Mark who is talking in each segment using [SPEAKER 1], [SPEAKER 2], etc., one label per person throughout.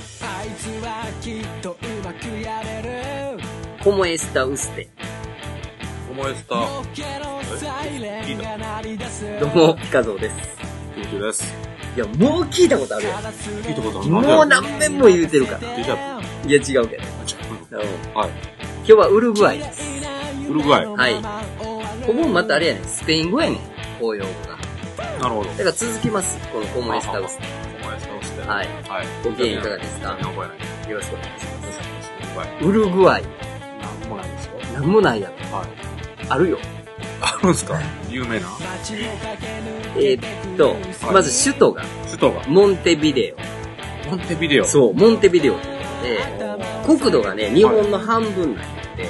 [SPEAKER 1] つはきっとうまくやれる
[SPEAKER 2] ¿Cómo está usted?
[SPEAKER 3] ¿Cómo está?
[SPEAKER 1] ボケのサイレンが鳴り出す
[SPEAKER 2] どうも、ピカゾーです。
[SPEAKER 3] ピーです。
[SPEAKER 2] いや、もう聞いたことあるや
[SPEAKER 3] 聞いたことあ
[SPEAKER 2] ん。
[SPEAKER 3] るな
[SPEAKER 2] もう何遍も言うてるから。
[SPEAKER 3] デジャブ
[SPEAKER 2] いや、違うけど。
[SPEAKER 3] あ、
[SPEAKER 2] う
[SPEAKER 3] 違
[SPEAKER 2] ん
[SPEAKER 3] う。はい。
[SPEAKER 2] 今日はウルグアイです。
[SPEAKER 3] ウルグアイ
[SPEAKER 2] はいここもまたあれやねん。スペイン語やねん。公用語が。
[SPEAKER 3] なるほど。
[SPEAKER 2] だから続きます。このコモエスタウス。
[SPEAKER 3] 思い出倒して。
[SPEAKER 2] はい。
[SPEAKER 3] はい。
[SPEAKER 2] ご機嫌いかがですか
[SPEAKER 3] 全然覚えない。
[SPEAKER 2] よろしくお願いしま
[SPEAKER 3] 覚え
[SPEAKER 2] す。ウルグアイ。
[SPEAKER 3] ない。なんもないですよ。
[SPEAKER 2] なんもないやろ。
[SPEAKER 3] はい。
[SPEAKER 2] あるよ。
[SPEAKER 3] あるんすか有名な
[SPEAKER 2] えーっと、まず首都が、
[SPEAKER 3] 首都が。
[SPEAKER 2] モンテビデ
[SPEAKER 3] モンテビデオ。
[SPEAKER 2] オ。そう、モンテビデオって言
[SPEAKER 3] おー
[SPEAKER 2] って、国土がね、日本の半分なんで、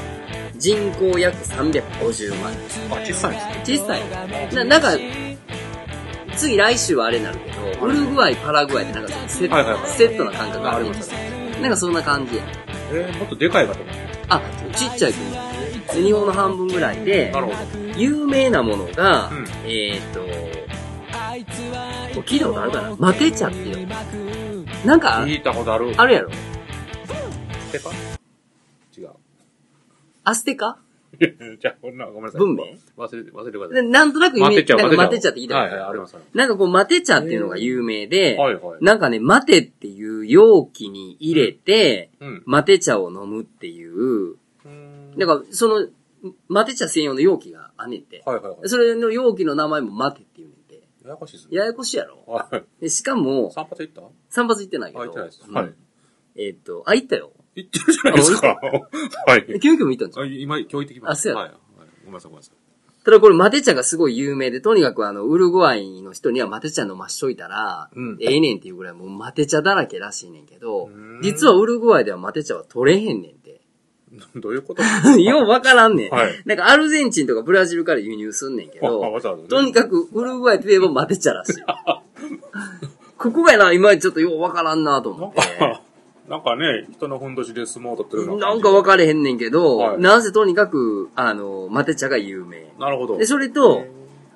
[SPEAKER 2] 人口約350万。
[SPEAKER 3] あ、小さいんですね。
[SPEAKER 2] 小さい。な、なんか、次来週はあれになるけど、ウルグアイ、パラグアイってなんかそのセット、
[SPEAKER 3] はいはいはい
[SPEAKER 2] セットな感覚がありますよね。なんかそんな感じや。
[SPEAKER 3] えー、もっとでかいかと思っ
[SPEAKER 2] あ、ちっちゃい国ですね。日本の半分ぐらいで
[SPEAKER 3] た。、なるほど。
[SPEAKER 2] 有名なものが、
[SPEAKER 3] うん
[SPEAKER 2] えーっ、と、これ聞いたことあるかなマテ茶っていうの。なんか、
[SPEAKER 3] 聞いたことある。
[SPEAKER 2] あるやろ
[SPEAKER 3] ステカ違う。
[SPEAKER 2] アステカ
[SPEAKER 3] じゃあ、こんな、ごめんなさい。
[SPEAKER 2] 文明
[SPEAKER 3] 忘れて、忘れてくださ。
[SPEAKER 2] ないなんとなくイメ
[SPEAKER 3] 待
[SPEAKER 2] ー
[SPEAKER 3] てち
[SPEAKER 2] ジ、
[SPEAKER 3] ゃう、
[SPEAKER 2] なんかマ
[SPEAKER 3] 待
[SPEAKER 2] テ
[SPEAKER 3] てち
[SPEAKER 2] 茶
[SPEAKER 3] ゃ
[SPEAKER 2] って聞いたことあ
[SPEAKER 3] はいはい、あ
[SPEAKER 2] る
[SPEAKER 3] ります。は
[SPEAKER 2] なんかこう、マテ茶っていうのが有名で、
[SPEAKER 3] いはい。
[SPEAKER 2] なんかね、マテっていう容器に入れて、
[SPEAKER 3] うん。
[SPEAKER 2] マテ茶を飲むっていう、
[SPEAKER 3] うん
[SPEAKER 2] なんかその、マテ茶専用の容器があんねんて。
[SPEAKER 3] はいはいはい。
[SPEAKER 2] それの容器の名前もマテって言うねんて。
[SPEAKER 3] ややこしいですね。
[SPEAKER 2] ややこしいやろ
[SPEAKER 3] はい。
[SPEAKER 2] でしかも、
[SPEAKER 3] 散髪行った
[SPEAKER 2] 散髪行ってないけど。
[SPEAKER 3] あ行ってないです
[SPEAKER 2] うん
[SPEAKER 3] はい
[SPEAKER 2] えーっと、あ、行ったよ。
[SPEAKER 3] 行ってるじゃないですか。はい。
[SPEAKER 2] えキュンキュンも行ったんですよ。
[SPEAKER 3] あ今、今日行ってきました。
[SPEAKER 2] あそうや
[SPEAKER 3] はい。はいごめんなさい、ごめんなさい。
[SPEAKER 2] ただこれマテ茶がすごい有名で、とにかくあの、ウルグアイの人にはマテ茶飲ましといたら、
[SPEAKER 3] うん
[SPEAKER 2] ええねんっていうぐらいもうマテ茶だらけらしいねんけど
[SPEAKER 3] うん、
[SPEAKER 2] 実はウルグアイではマテ茶は取れへんねん て。
[SPEAKER 3] どうい うこと
[SPEAKER 2] ようわからんねん。
[SPEAKER 3] はい
[SPEAKER 2] なんかアルゼンチンとかブラジルから輸入すんねんけ
[SPEAKER 3] あわ
[SPEAKER 2] ど、
[SPEAKER 3] ざわざね
[SPEAKER 2] とにかくウルグアイといえばマテ茶ら しい。ここがやな、今ちょっとようわからんなと
[SPEAKER 3] な
[SPEAKER 2] 思
[SPEAKER 3] ん
[SPEAKER 2] って。
[SPEAKER 3] か、なんかね、人のふんどしで相撲を取ってるよう
[SPEAKER 2] なんかわ
[SPEAKER 3] か
[SPEAKER 2] かれへんねんけど、
[SPEAKER 3] はい
[SPEAKER 2] なんせとにかく、あの、マテ茶が有名。
[SPEAKER 3] なるほど。
[SPEAKER 2] で、それと、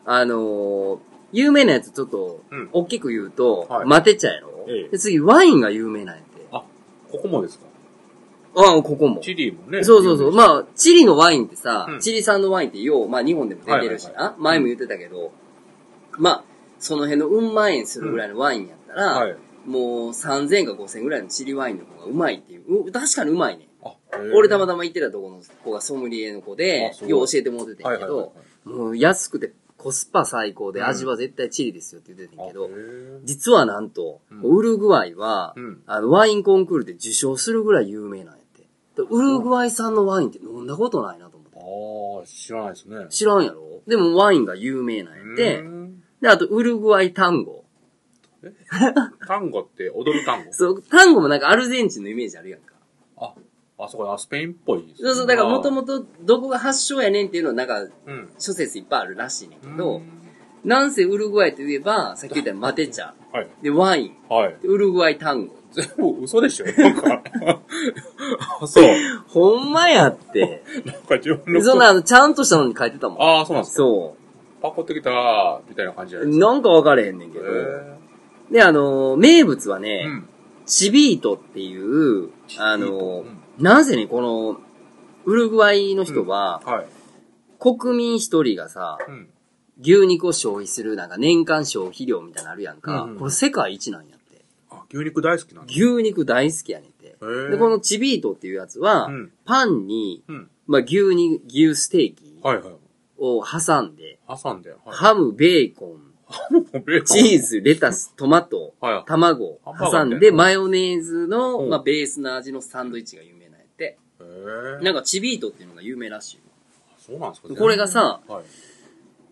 [SPEAKER 2] あのー有名なやつちょっと
[SPEAKER 3] うん、
[SPEAKER 2] 大きく言うと、
[SPEAKER 3] はい
[SPEAKER 2] マテ茶やろ、
[SPEAKER 3] ええ
[SPEAKER 2] で、次、ワインが有名なんやて。あ
[SPEAKER 3] あ、ここもですか
[SPEAKER 2] あ、ここも。
[SPEAKER 3] チリもね。
[SPEAKER 2] そうそうそう。
[SPEAKER 3] ま
[SPEAKER 2] まあ、チリのワインってさ、
[SPEAKER 3] うん
[SPEAKER 2] チリ産のワインってよう、まあ日本でも出てるしな、
[SPEAKER 3] はいはいはい
[SPEAKER 2] 前も言ってたけど、まあ、その辺のうん万円するぐらいのワインやったら、
[SPEAKER 3] はい。
[SPEAKER 2] もう3000円か5000円ぐらいのチリワインの方がうまいっていう。う確かにうまいね。
[SPEAKER 3] あ、
[SPEAKER 2] 俺たま
[SPEAKER 3] だ。
[SPEAKER 2] たま行ってたとこの子がソムリエの子で
[SPEAKER 3] あ、すごい
[SPEAKER 2] よう教えてもらってたん
[SPEAKER 3] はい
[SPEAKER 2] や
[SPEAKER 3] は
[SPEAKER 2] け
[SPEAKER 3] いはい
[SPEAKER 2] ど、もう安くてコスパ最高で
[SPEAKER 3] うん
[SPEAKER 2] 味は絶対チリですよって言ってたんや
[SPEAKER 3] はい。
[SPEAKER 2] けど、
[SPEAKER 3] あへー
[SPEAKER 2] 実はなんと、
[SPEAKER 3] うん
[SPEAKER 2] ウルグアイは、
[SPEAKER 3] うん
[SPEAKER 2] あのワインコンクールで受賞するぐらい有名なんやって。でウルグアイ産のワインって飲んだことないなと思って。
[SPEAKER 3] ああ、知らないですね。
[SPEAKER 2] 知らんやろでもワインが有名なんやって
[SPEAKER 3] う。ん
[SPEAKER 2] で、あとウルグアイ単語。
[SPEAKER 3] 単語って踊る単語
[SPEAKER 2] そう、単語もなんかアルゼンチンのイメージあるやんか。
[SPEAKER 3] あ、あそこあスペインっぽいですね。
[SPEAKER 2] そうそう、だからもと
[SPEAKER 3] も
[SPEAKER 2] もとどこが発祥やねんっていうのはなんか
[SPEAKER 3] うん。
[SPEAKER 2] 諸説いっぱいあるらしいねんけ
[SPEAKER 3] う
[SPEAKER 2] ど、
[SPEAKER 3] ん
[SPEAKER 2] なんせウルグアイといえば、さっき言ったようにマテ茶、
[SPEAKER 3] はい。
[SPEAKER 2] で、ワイン、
[SPEAKER 3] はい。
[SPEAKER 2] でウルグアイ単語。
[SPEAKER 3] 全部嘘でし ょなんか。あそう。
[SPEAKER 2] ほんまやって。
[SPEAKER 3] なんか自分の。
[SPEAKER 2] そんな、あの、ちゃんとしたのに書いてたもん。
[SPEAKER 3] ああ、そうなんですか。
[SPEAKER 2] そ
[SPEAKER 3] パコってきたーみたいな感じじゃな
[SPEAKER 2] う。
[SPEAKER 3] いですか。
[SPEAKER 2] なんか分かれへんねんけど。
[SPEAKER 3] へ
[SPEAKER 2] で、あの、名物はね
[SPEAKER 3] ー、うん。
[SPEAKER 2] チビートっていう、あの、なぜね、この、ウルグアイの人は、
[SPEAKER 3] はい。
[SPEAKER 2] 国民一人がさ、
[SPEAKER 3] うん。
[SPEAKER 2] 牛肉を消費する、なんか年間消費量みたいなのあるやんか、
[SPEAKER 3] うんうん
[SPEAKER 2] これ世界一なんやって。
[SPEAKER 3] あ、牛肉大好きなんだ。
[SPEAKER 2] 牛肉大好きやねんて。
[SPEAKER 3] ー
[SPEAKER 2] で、このチビートっていうやつは、
[SPEAKER 3] うん
[SPEAKER 2] パンに、
[SPEAKER 3] うん。
[SPEAKER 2] まあ、牛に、牛ステーキ
[SPEAKER 3] はいはい。
[SPEAKER 2] を挟んで、
[SPEAKER 3] 挟んで。はい。
[SPEAKER 2] ハム、ベーコン、
[SPEAKER 3] もうベーコン
[SPEAKER 2] チーズ、レタス、トマト、
[SPEAKER 3] はい
[SPEAKER 2] 卵を挟んで、マヨネーズの、
[SPEAKER 3] うん
[SPEAKER 2] まあ、ベースの味のサンドイッチが有名なんやって。
[SPEAKER 3] へ
[SPEAKER 2] な
[SPEAKER 3] ー
[SPEAKER 2] んか、チビートっていうのが有名らしい。
[SPEAKER 3] そうなんですか
[SPEAKER 2] これがさ、
[SPEAKER 3] はい。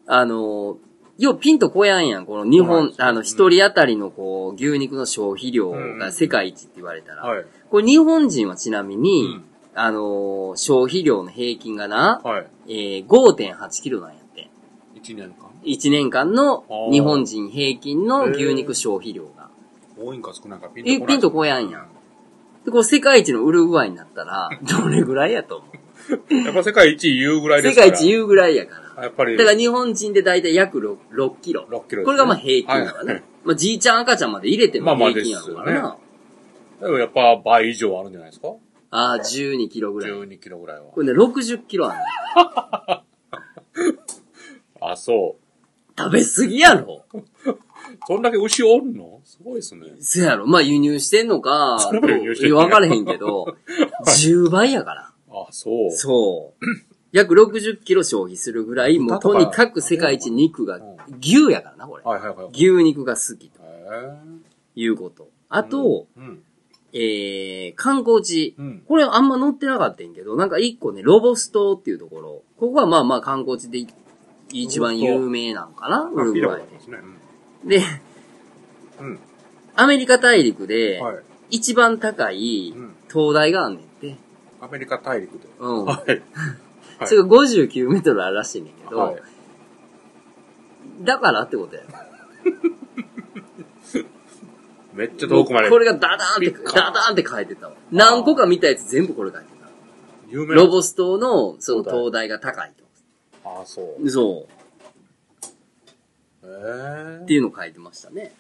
[SPEAKER 2] あのー、ようピンとこやんやん、この日
[SPEAKER 3] は
[SPEAKER 2] 本
[SPEAKER 3] い、
[SPEAKER 2] あの、一人当たりのこう、牛肉の消費量
[SPEAKER 3] うんうんう
[SPEAKER 2] が
[SPEAKER 3] ん
[SPEAKER 2] 世界一って言われたら。
[SPEAKER 3] はい。
[SPEAKER 2] これ日本人はちなみに、
[SPEAKER 3] うん
[SPEAKER 2] あのー、消費量の平均がな、
[SPEAKER 3] はい。
[SPEAKER 2] えー、5.8キロなんやって。
[SPEAKER 3] 一年間
[SPEAKER 2] 1年間の
[SPEAKER 3] あー
[SPEAKER 2] 日本人平均の牛肉消費量が。
[SPEAKER 3] 多いんか少ないんかピンとこ
[SPEAKER 2] え、
[SPEAKER 3] ない。
[SPEAKER 2] ピンとこやんやん。で、こう世界一のウルグアイになった ら、どれぐらいやと思う
[SPEAKER 3] やっぱ世界一位言うぐらいで
[SPEAKER 2] 世
[SPEAKER 3] すから
[SPEAKER 2] 界一言うぐらいやから。
[SPEAKER 3] あやっぱり。
[SPEAKER 2] だから日本人でだいたい約 6, 6キロ。
[SPEAKER 3] 6キロですね
[SPEAKER 2] これがまあ平均だからね。
[SPEAKER 3] はい
[SPEAKER 2] まあじいちゃん赤ちゃんまで入れて
[SPEAKER 3] ま
[SPEAKER 2] も
[SPEAKER 3] あまあ
[SPEAKER 2] 平均やろうからな。
[SPEAKER 3] ですよでもやっぱ倍以上あるんじゃないですか
[SPEAKER 2] ああ、12キロぐらい。
[SPEAKER 3] ?12 キロぐらいは
[SPEAKER 2] こ。れね、60キロある。
[SPEAKER 3] あ、そう。
[SPEAKER 2] 食べ過ぎやろ
[SPEAKER 3] そんだけ牛おるのすごいですね。
[SPEAKER 2] せやろ。まあ輸入してんのか、
[SPEAKER 3] それも輸入してん
[SPEAKER 2] い
[SPEAKER 3] の
[SPEAKER 2] やわからへんけ ど、10倍やから。
[SPEAKER 3] あ、そう。
[SPEAKER 2] そう。約60キロ消費するぐらい、もう
[SPEAKER 3] 豚と
[SPEAKER 2] と
[SPEAKER 3] か
[SPEAKER 2] にかく世界一肉が、牛やからな、これ。
[SPEAKER 3] はいはいはい。
[SPEAKER 2] 牛肉が好きと
[SPEAKER 3] へー
[SPEAKER 2] いうこと。あと、、
[SPEAKER 3] うん。
[SPEAKER 2] えー、観光地
[SPEAKER 3] う。ん。
[SPEAKER 2] これあんま載ってなかったんやけど、なんか一個ね、ロボス島っていうところ。ここはまあまあ観光地でい一番有名なんかな、ウル
[SPEAKER 3] 聞いた
[SPEAKER 2] グ
[SPEAKER 3] こ
[SPEAKER 2] ア
[SPEAKER 3] と
[SPEAKER 2] イ
[SPEAKER 3] ないですね。
[SPEAKER 2] で。で、
[SPEAKER 3] うん。
[SPEAKER 2] アメリカ大陸
[SPEAKER 3] うん。
[SPEAKER 2] で、
[SPEAKER 3] はい。
[SPEAKER 2] 一番高い
[SPEAKER 3] うん
[SPEAKER 2] 灯台があんねんって。
[SPEAKER 3] アメリカ大陸で。
[SPEAKER 2] うん。
[SPEAKER 3] はい。はい
[SPEAKER 2] それが59メートルあるらしいねんけど、
[SPEAKER 3] はい。
[SPEAKER 2] だからってことや。
[SPEAKER 3] めっちゃ遠くまで。
[SPEAKER 2] これがダダーンって
[SPEAKER 3] ピッ、カー
[SPEAKER 2] ダダーンって書いてたわ。何個か見たやつ全部これ書いてた。
[SPEAKER 3] 有名な
[SPEAKER 2] ロボス島のその灯台が高い
[SPEAKER 3] あ、そう。
[SPEAKER 2] と。そう。
[SPEAKER 3] ええ
[SPEAKER 2] っていうのを書いてましたね。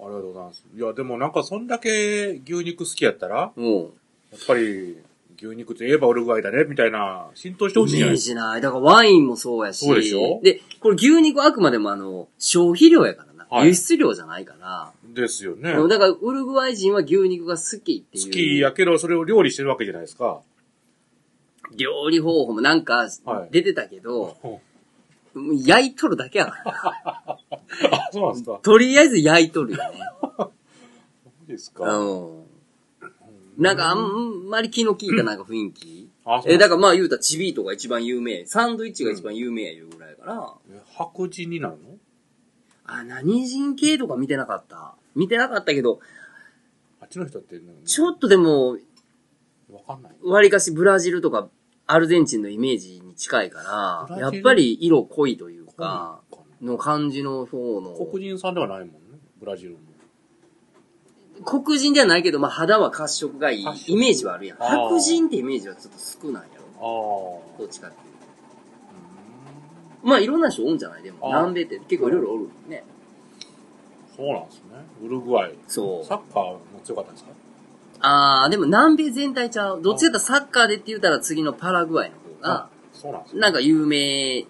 [SPEAKER 3] ありがとうございます。いや、でもなんかそんだけ牛肉好きやったら、
[SPEAKER 2] うん。
[SPEAKER 3] やっぱり牛肉といえばウルグアイだね、みたいな、浸透してほしいん
[SPEAKER 2] イ
[SPEAKER 3] じゃ
[SPEAKER 2] メ
[SPEAKER 3] な
[SPEAKER 2] ー
[SPEAKER 3] いです
[SPEAKER 2] ジない。だからワインもそうやし。
[SPEAKER 3] そうでしょ
[SPEAKER 2] でこれ牛肉あくまでもあの、消費量やからな。
[SPEAKER 3] はい
[SPEAKER 2] 輸出量じゃないから。
[SPEAKER 3] ですよね。
[SPEAKER 2] だ
[SPEAKER 3] 好
[SPEAKER 2] からウルグアイ人は牛肉が好きっていう。
[SPEAKER 3] きやけど、それを料理してるわけじゃないですか。
[SPEAKER 2] 料理方法もなんか
[SPEAKER 3] はい
[SPEAKER 2] 出てたけど、
[SPEAKER 3] ほ
[SPEAKER 2] 焼いとるだけやから。
[SPEAKER 3] あ、そうなんですか。
[SPEAKER 2] とりあえず焼いとるよね。
[SPEAKER 3] そうですか。
[SPEAKER 2] うん。なんかあんまり気の利いたなんか雰囲気。
[SPEAKER 3] あ、そう
[SPEAKER 2] え、
[SPEAKER 3] なんで
[SPEAKER 2] だ
[SPEAKER 3] すか
[SPEAKER 2] からまあ言うたらチビートが一番有名。サンドイッチが一番有名やいうぐらいやから。
[SPEAKER 3] え白人になるの
[SPEAKER 2] あ、何人系とか見てなかった。見てなかったけど、
[SPEAKER 3] あっちの人ってなんか、
[SPEAKER 2] ちょっとでも、
[SPEAKER 3] わかんない。
[SPEAKER 2] 割かしブラジルとかアルゼンチンのイメージに近いか
[SPEAKER 3] ブ
[SPEAKER 2] ら、や
[SPEAKER 3] ラ
[SPEAKER 2] っ
[SPEAKER 3] ジル
[SPEAKER 2] ぱり色濃いという
[SPEAKER 3] わか
[SPEAKER 2] か、
[SPEAKER 3] んない
[SPEAKER 2] の感じの方の。
[SPEAKER 3] 黒人さんではないもんね、ブラジルの。
[SPEAKER 2] 黒人ではないけど、まあ肌は褐色がいい
[SPEAKER 3] 褐色
[SPEAKER 2] イメージはあるやん。
[SPEAKER 3] あー
[SPEAKER 2] 白人ってイメージはちょっと少ないやろ。
[SPEAKER 3] ああ
[SPEAKER 2] どっちかっていうと。まあいろんな人おるんじゃないでも、
[SPEAKER 3] あー
[SPEAKER 2] 南米って結構いろいろおるもんね。
[SPEAKER 3] うん。そうなんですね。ウルグアイ。
[SPEAKER 2] そう
[SPEAKER 3] サッカーも強かったんですか
[SPEAKER 2] あー、でも南米全体ちゃう。どっちかって言ったらサッカーでって言ったら次のパラグアイの方が、、
[SPEAKER 3] そうなんですね
[SPEAKER 2] なんか有名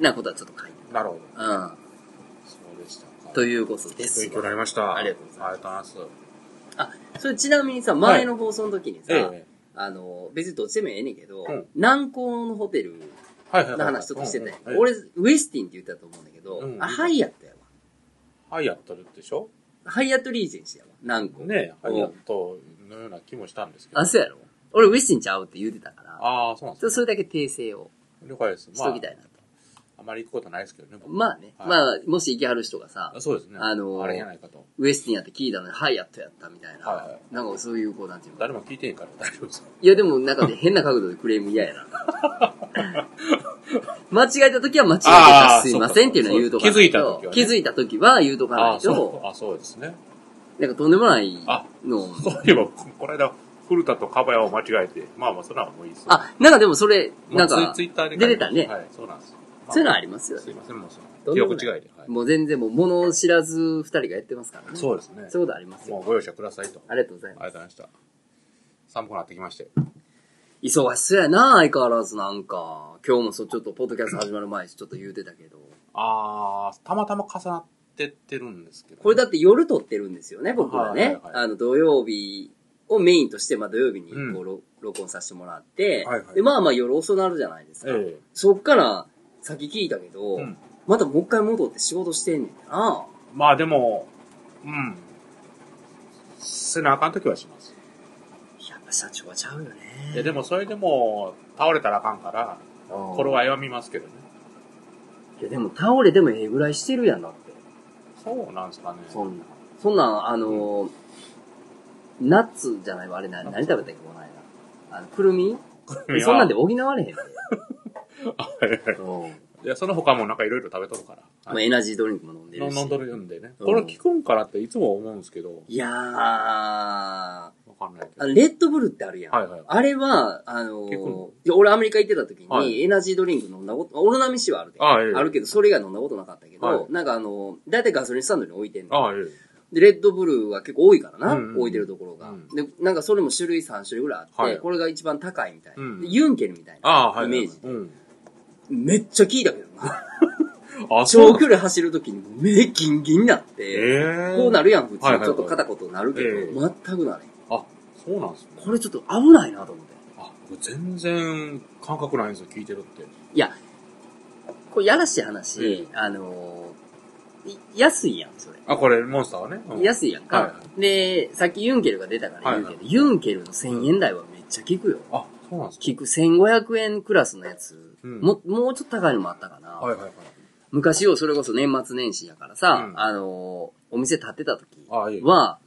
[SPEAKER 2] なことはちょっと書いて
[SPEAKER 3] なるほど。
[SPEAKER 2] ある。うん。
[SPEAKER 3] そうでしたか。
[SPEAKER 2] ということです
[SPEAKER 3] 勉強になりました。
[SPEAKER 2] ありがとうございます
[SPEAKER 3] ありがとうございます。
[SPEAKER 2] あ、それちなみにさ、前の放送の時にさ、
[SPEAKER 3] ええ。
[SPEAKER 2] あの、別にどっちでもええねんけど、
[SPEAKER 3] うん
[SPEAKER 2] 南港のホテル
[SPEAKER 3] はいはいはい。
[SPEAKER 2] の話ちょっとしてたやん、
[SPEAKER 3] うんうん、
[SPEAKER 2] 俺、ウエスティンって言ったと思うんだけど、
[SPEAKER 3] うん
[SPEAKER 2] あ、ハイアットやわ。
[SPEAKER 3] ハイアットでしょ
[SPEAKER 2] ハイアットリージェンシーやわ。南港。
[SPEAKER 3] ねハイアットのような気もしたんですけど。
[SPEAKER 2] あ、そうやろ俺、ウエスティンちゃうって言うてたから、
[SPEAKER 3] ああ、そうなん
[SPEAKER 2] ちょっと
[SPEAKER 3] です
[SPEAKER 2] そ
[SPEAKER 3] ね
[SPEAKER 2] れだけ訂正を
[SPEAKER 3] 了解です。
[SPEAKER 2] し
[SPEAKER 3] まあ
[SPEAKER 2] とき、たいなと。
[SPEAKER 3] あまり行くことないですけどね。僕
[SPEAKER 2] まあね、
[SPEAKER 3] はい
[SPEAKER 2] まあ、もし行きはる人がさ、
[SPEAKER 3] そうですね。
[SPEAKER 2] あのー
[SPEAKER 3] あれやないかと。
[SPEAKER 2] ウエスティンやって聞いたのに、ハイアットやったみたいな、
[SPEAKER 3] はいは
[SPEAKER 2] なんかそういう、こう、なんていうの。
[SPEAKER 3] 誰も聞いてへんから大丈夫です。
[SPEAKER 2] いや、でも、なんかね、変な角度でクレーム嫌やな。 間違えた時は間違えて
[SPEAKER 3] あ
[SPEAKER 2] た
[SPEAKER 3] ー
[SPEAKER 2] すいませんっていうのは言うとかないと。
[SPEAKER 3] そうかそうか気
[SPEAKER 2] 気づ
[SPEAKER 3] づ
[SPEAKER 2] いた時は言うとかな
[SPEAKER 3] あ
[SPEAKER 2] い
[SPEAKER 3] あ、そう
[SPEAKER 2] と、。
[SPEAKER 3] あそうですね。
[SPEAKER 2] なんかとんでもない
[SPEAKER 3] あ
[SPEAKER 2] のを。
[SPEAKER 3] そういえば、ここの間、古田とカバヤを間違えて、まあまあ、そんなのもういいです。
[SPEAKER 2] あ、なんかでもそれ、
[SPEAKER 3] もう
[SPEAKER 2] なん
[SPEAKER 3] ツイ
[SPEAKER 2] か、
[SPEAKER 3] ツイッターで
[SPEAKER 2] 出てたね。
[SPEAKER 3] はい、そうなんですよ。
[SPEAKER 2] そういうの
[SPEAKER 3] ま
[SPEAKER 2] ありますよ
[SPEAKER 3] すい
[SPEAKER 2] ね。
[SPEAKER 3] ません、もうそ
[SPEAKER 2] ど
[SPEAKER 3] の、
[SPEAKER 2] ん
[SPEAKER 3] 記
[SPEAKER 2] どん
[SPEAKER 3] 憶違いで。はい
[SPEAKER 2] もう全然もう物を知らず二人がやってますからね。
[SPEAKER 3] そうですね。
[SPEAKER 2] そういうことあります
[SPEAKER 3] もう
[SPEAKER 2] よ。
[SPEAKER 3] ご容赦くださいと。
[SPEAKER 2] ありがとうござい
[SPEAKER 3] あ
[SPEAKER 2] ま
[SPEAKER 3] りがとうございました。寒くなってきまして。
[SPEAKER 2] す。忙しそうやな、相変わらずなんか。今日もそう、ちょっと、ポッドキャスト始まる前にちょっと言うてたけど。
[SPEAKER 3] あー、たまたま重なってってるんですけど。
[SPEAKER 2] これだって夜撮ってるんですよね、僕はね。
[SPEAKER 3] はいはいはい
[SPEAKER 2] あの、土曜日をメインとして、まあ土曜日に
[SPEAKER 3] うん
[SPEAKER 2] こう、ろ録音させてもらって、
[SPEAKER 3] はいはい
[SPEAKER 2] で、まあまあ夜遅なるじゃないですか。
[SPEAKER 3] え
[SPEAKER 2] そっから、さっき聞いたけ
[SPEAKER 3] え
[SPEAKER 2] ど、
[SPEAKER 3] うん
[SPEAKER 2] またもう一回戻って仕事してんねんな。
[SPEAKER 3] まあでも、うん。せなあかんときはします。
[SPEAKER 2] やっぱ社長はちゃうよね。
[SPEAKER 3] いや、でもそれでも、倒れたらあかんから、
[SPEAKER 2] うん
[SPEAKER 3] これは。読みますけどね。
[SPEAKER 2] いや、でも倒れてもええぐらいしてるやんだって。
[SPEAKER 3] そうなんですかね。
[SPEAKER 2] そんなん。そんなん、あのーナッツじゃないわ、あれ何、何食べたっけ、この間。あの、くるみ
[SPEAKER 3] いや
[SPEAKER 2] そんなんで補わ れへんで。うん
[SPEAKER 3] いや、その他もなんかいろいろ食べとるから。
[SPEAKER 2] まあ、エナジードリンクも飲んで
[SPEAKER 3] 飲
[SPEAKER 2] る
[SPEAKER 3] ん
[SPEAKER 2] し。
[SPEAKER 3] 飲んどるんでね。
[SPEAKER 2] うん
[SPEAKER 3] これ聞くんからっていつも思うんですけど、
[SPEAKER 2] いやー、あ
[SPEAKER 3] わかんないけど。
[SPEAKER 2] のレッドブルってあるやん。
[SPEAKER 3] はいはい
[SPEAKER 2] あれは、あの
[SPEAKER 3] 結
[SPEAKER 2] ー
[SPEAKER 3] 構
[SPEAKER 2] いや俺アメリカ行ってた時に、
[SPEAKER 3] はい
[SPEAKER 2] エナジードリンク飲んだこと、オロナミシはあるで。
[SPEAKER 3] ああ、ええ。
[SPEAKER 2] あるけど、それ以外飲んだことなかったけど、
[SPEAKER 3] はい
[SPEAKER 2] なんかあのー、だいたいガソリンスタンドに置いてんの。
[SPEAKER 3] ああ、ええ。
[SPEAKER 2] で、レッドブルーは結構多いからな、
[SPEAKER 3] うんうん
[SPEAKER 2] 置いてるところが、
[SPEAKER 3] うん
[SPEAKER 2] で、なんかそれも種類3種類ぐらいあって、
[SPEAKER 3] はい
[SPEAKER 2] これが一番高いみたいな。
[SPEAKER 3] うん
[SPEAKER 2] でユンケルみたいな。
[SPEAKER 3] ああ、はい。
[SPEAKER 2] イメージ
[SPEAKER 3] うん。
[SPEAKER 2] めっちゃ効いたけどな。
[SPEAKER 3] あ、そう
[SPEAKER 2] 長
[SPEAKER 3] な
[SPEAKER 2] 距離走るときに目ギンギンになっ
[SPEAKER 3] え
[SPEAKER 2] て、
[SPEAKER 3] え
[SPEAKER 2] こうなるやん、普通、
[SPEAKER 3] はいはいはい
[SPEAKER 2] ちょっと片言なるけど、
[SPEAKER 3] ええ
[SPEAKER 2] 全くなれん。
[SPEAKER 3] あ、そうなんですね。
[SPEAKER 2] これちょっと危ないなと思って。
[SPEAKER 3] あ、これ全然感覚ないんですよ、聞いてるって。
[SPEAKER 2] いや、これやらしい話、あのー、い安いやん、それ。
[SPEAKER 3] あ、これ、モンスターはね。うん
[SPEAKER 2] 安いやんか、
[SPEAKER 3] はいは
[SPEAKER 2] で、さっきユンケルが出たから言うけど、
[SPEAKER 3] はいはい
[SPEAKER 2] ユンケルの1000円台はめっちゃ効くよ。
[SPEAKER 3] あ、そうなんですか
[SPEAKER 2] 聞く1500円クラスのやつ、
[SPEAKER 3] うん
[SPEAKER 2] ももうちょっと高いのもあったかな、
[SPEAKER 3] はいはいはい。
[SPEAKER 2] 昔をそれこそ年末年始やからさ、
[SPEAKER 3] うん
[SPEAKER 2] あのーお店建てた時
[SPEAKER 3] あ、いい。
[SPEAKER 2] は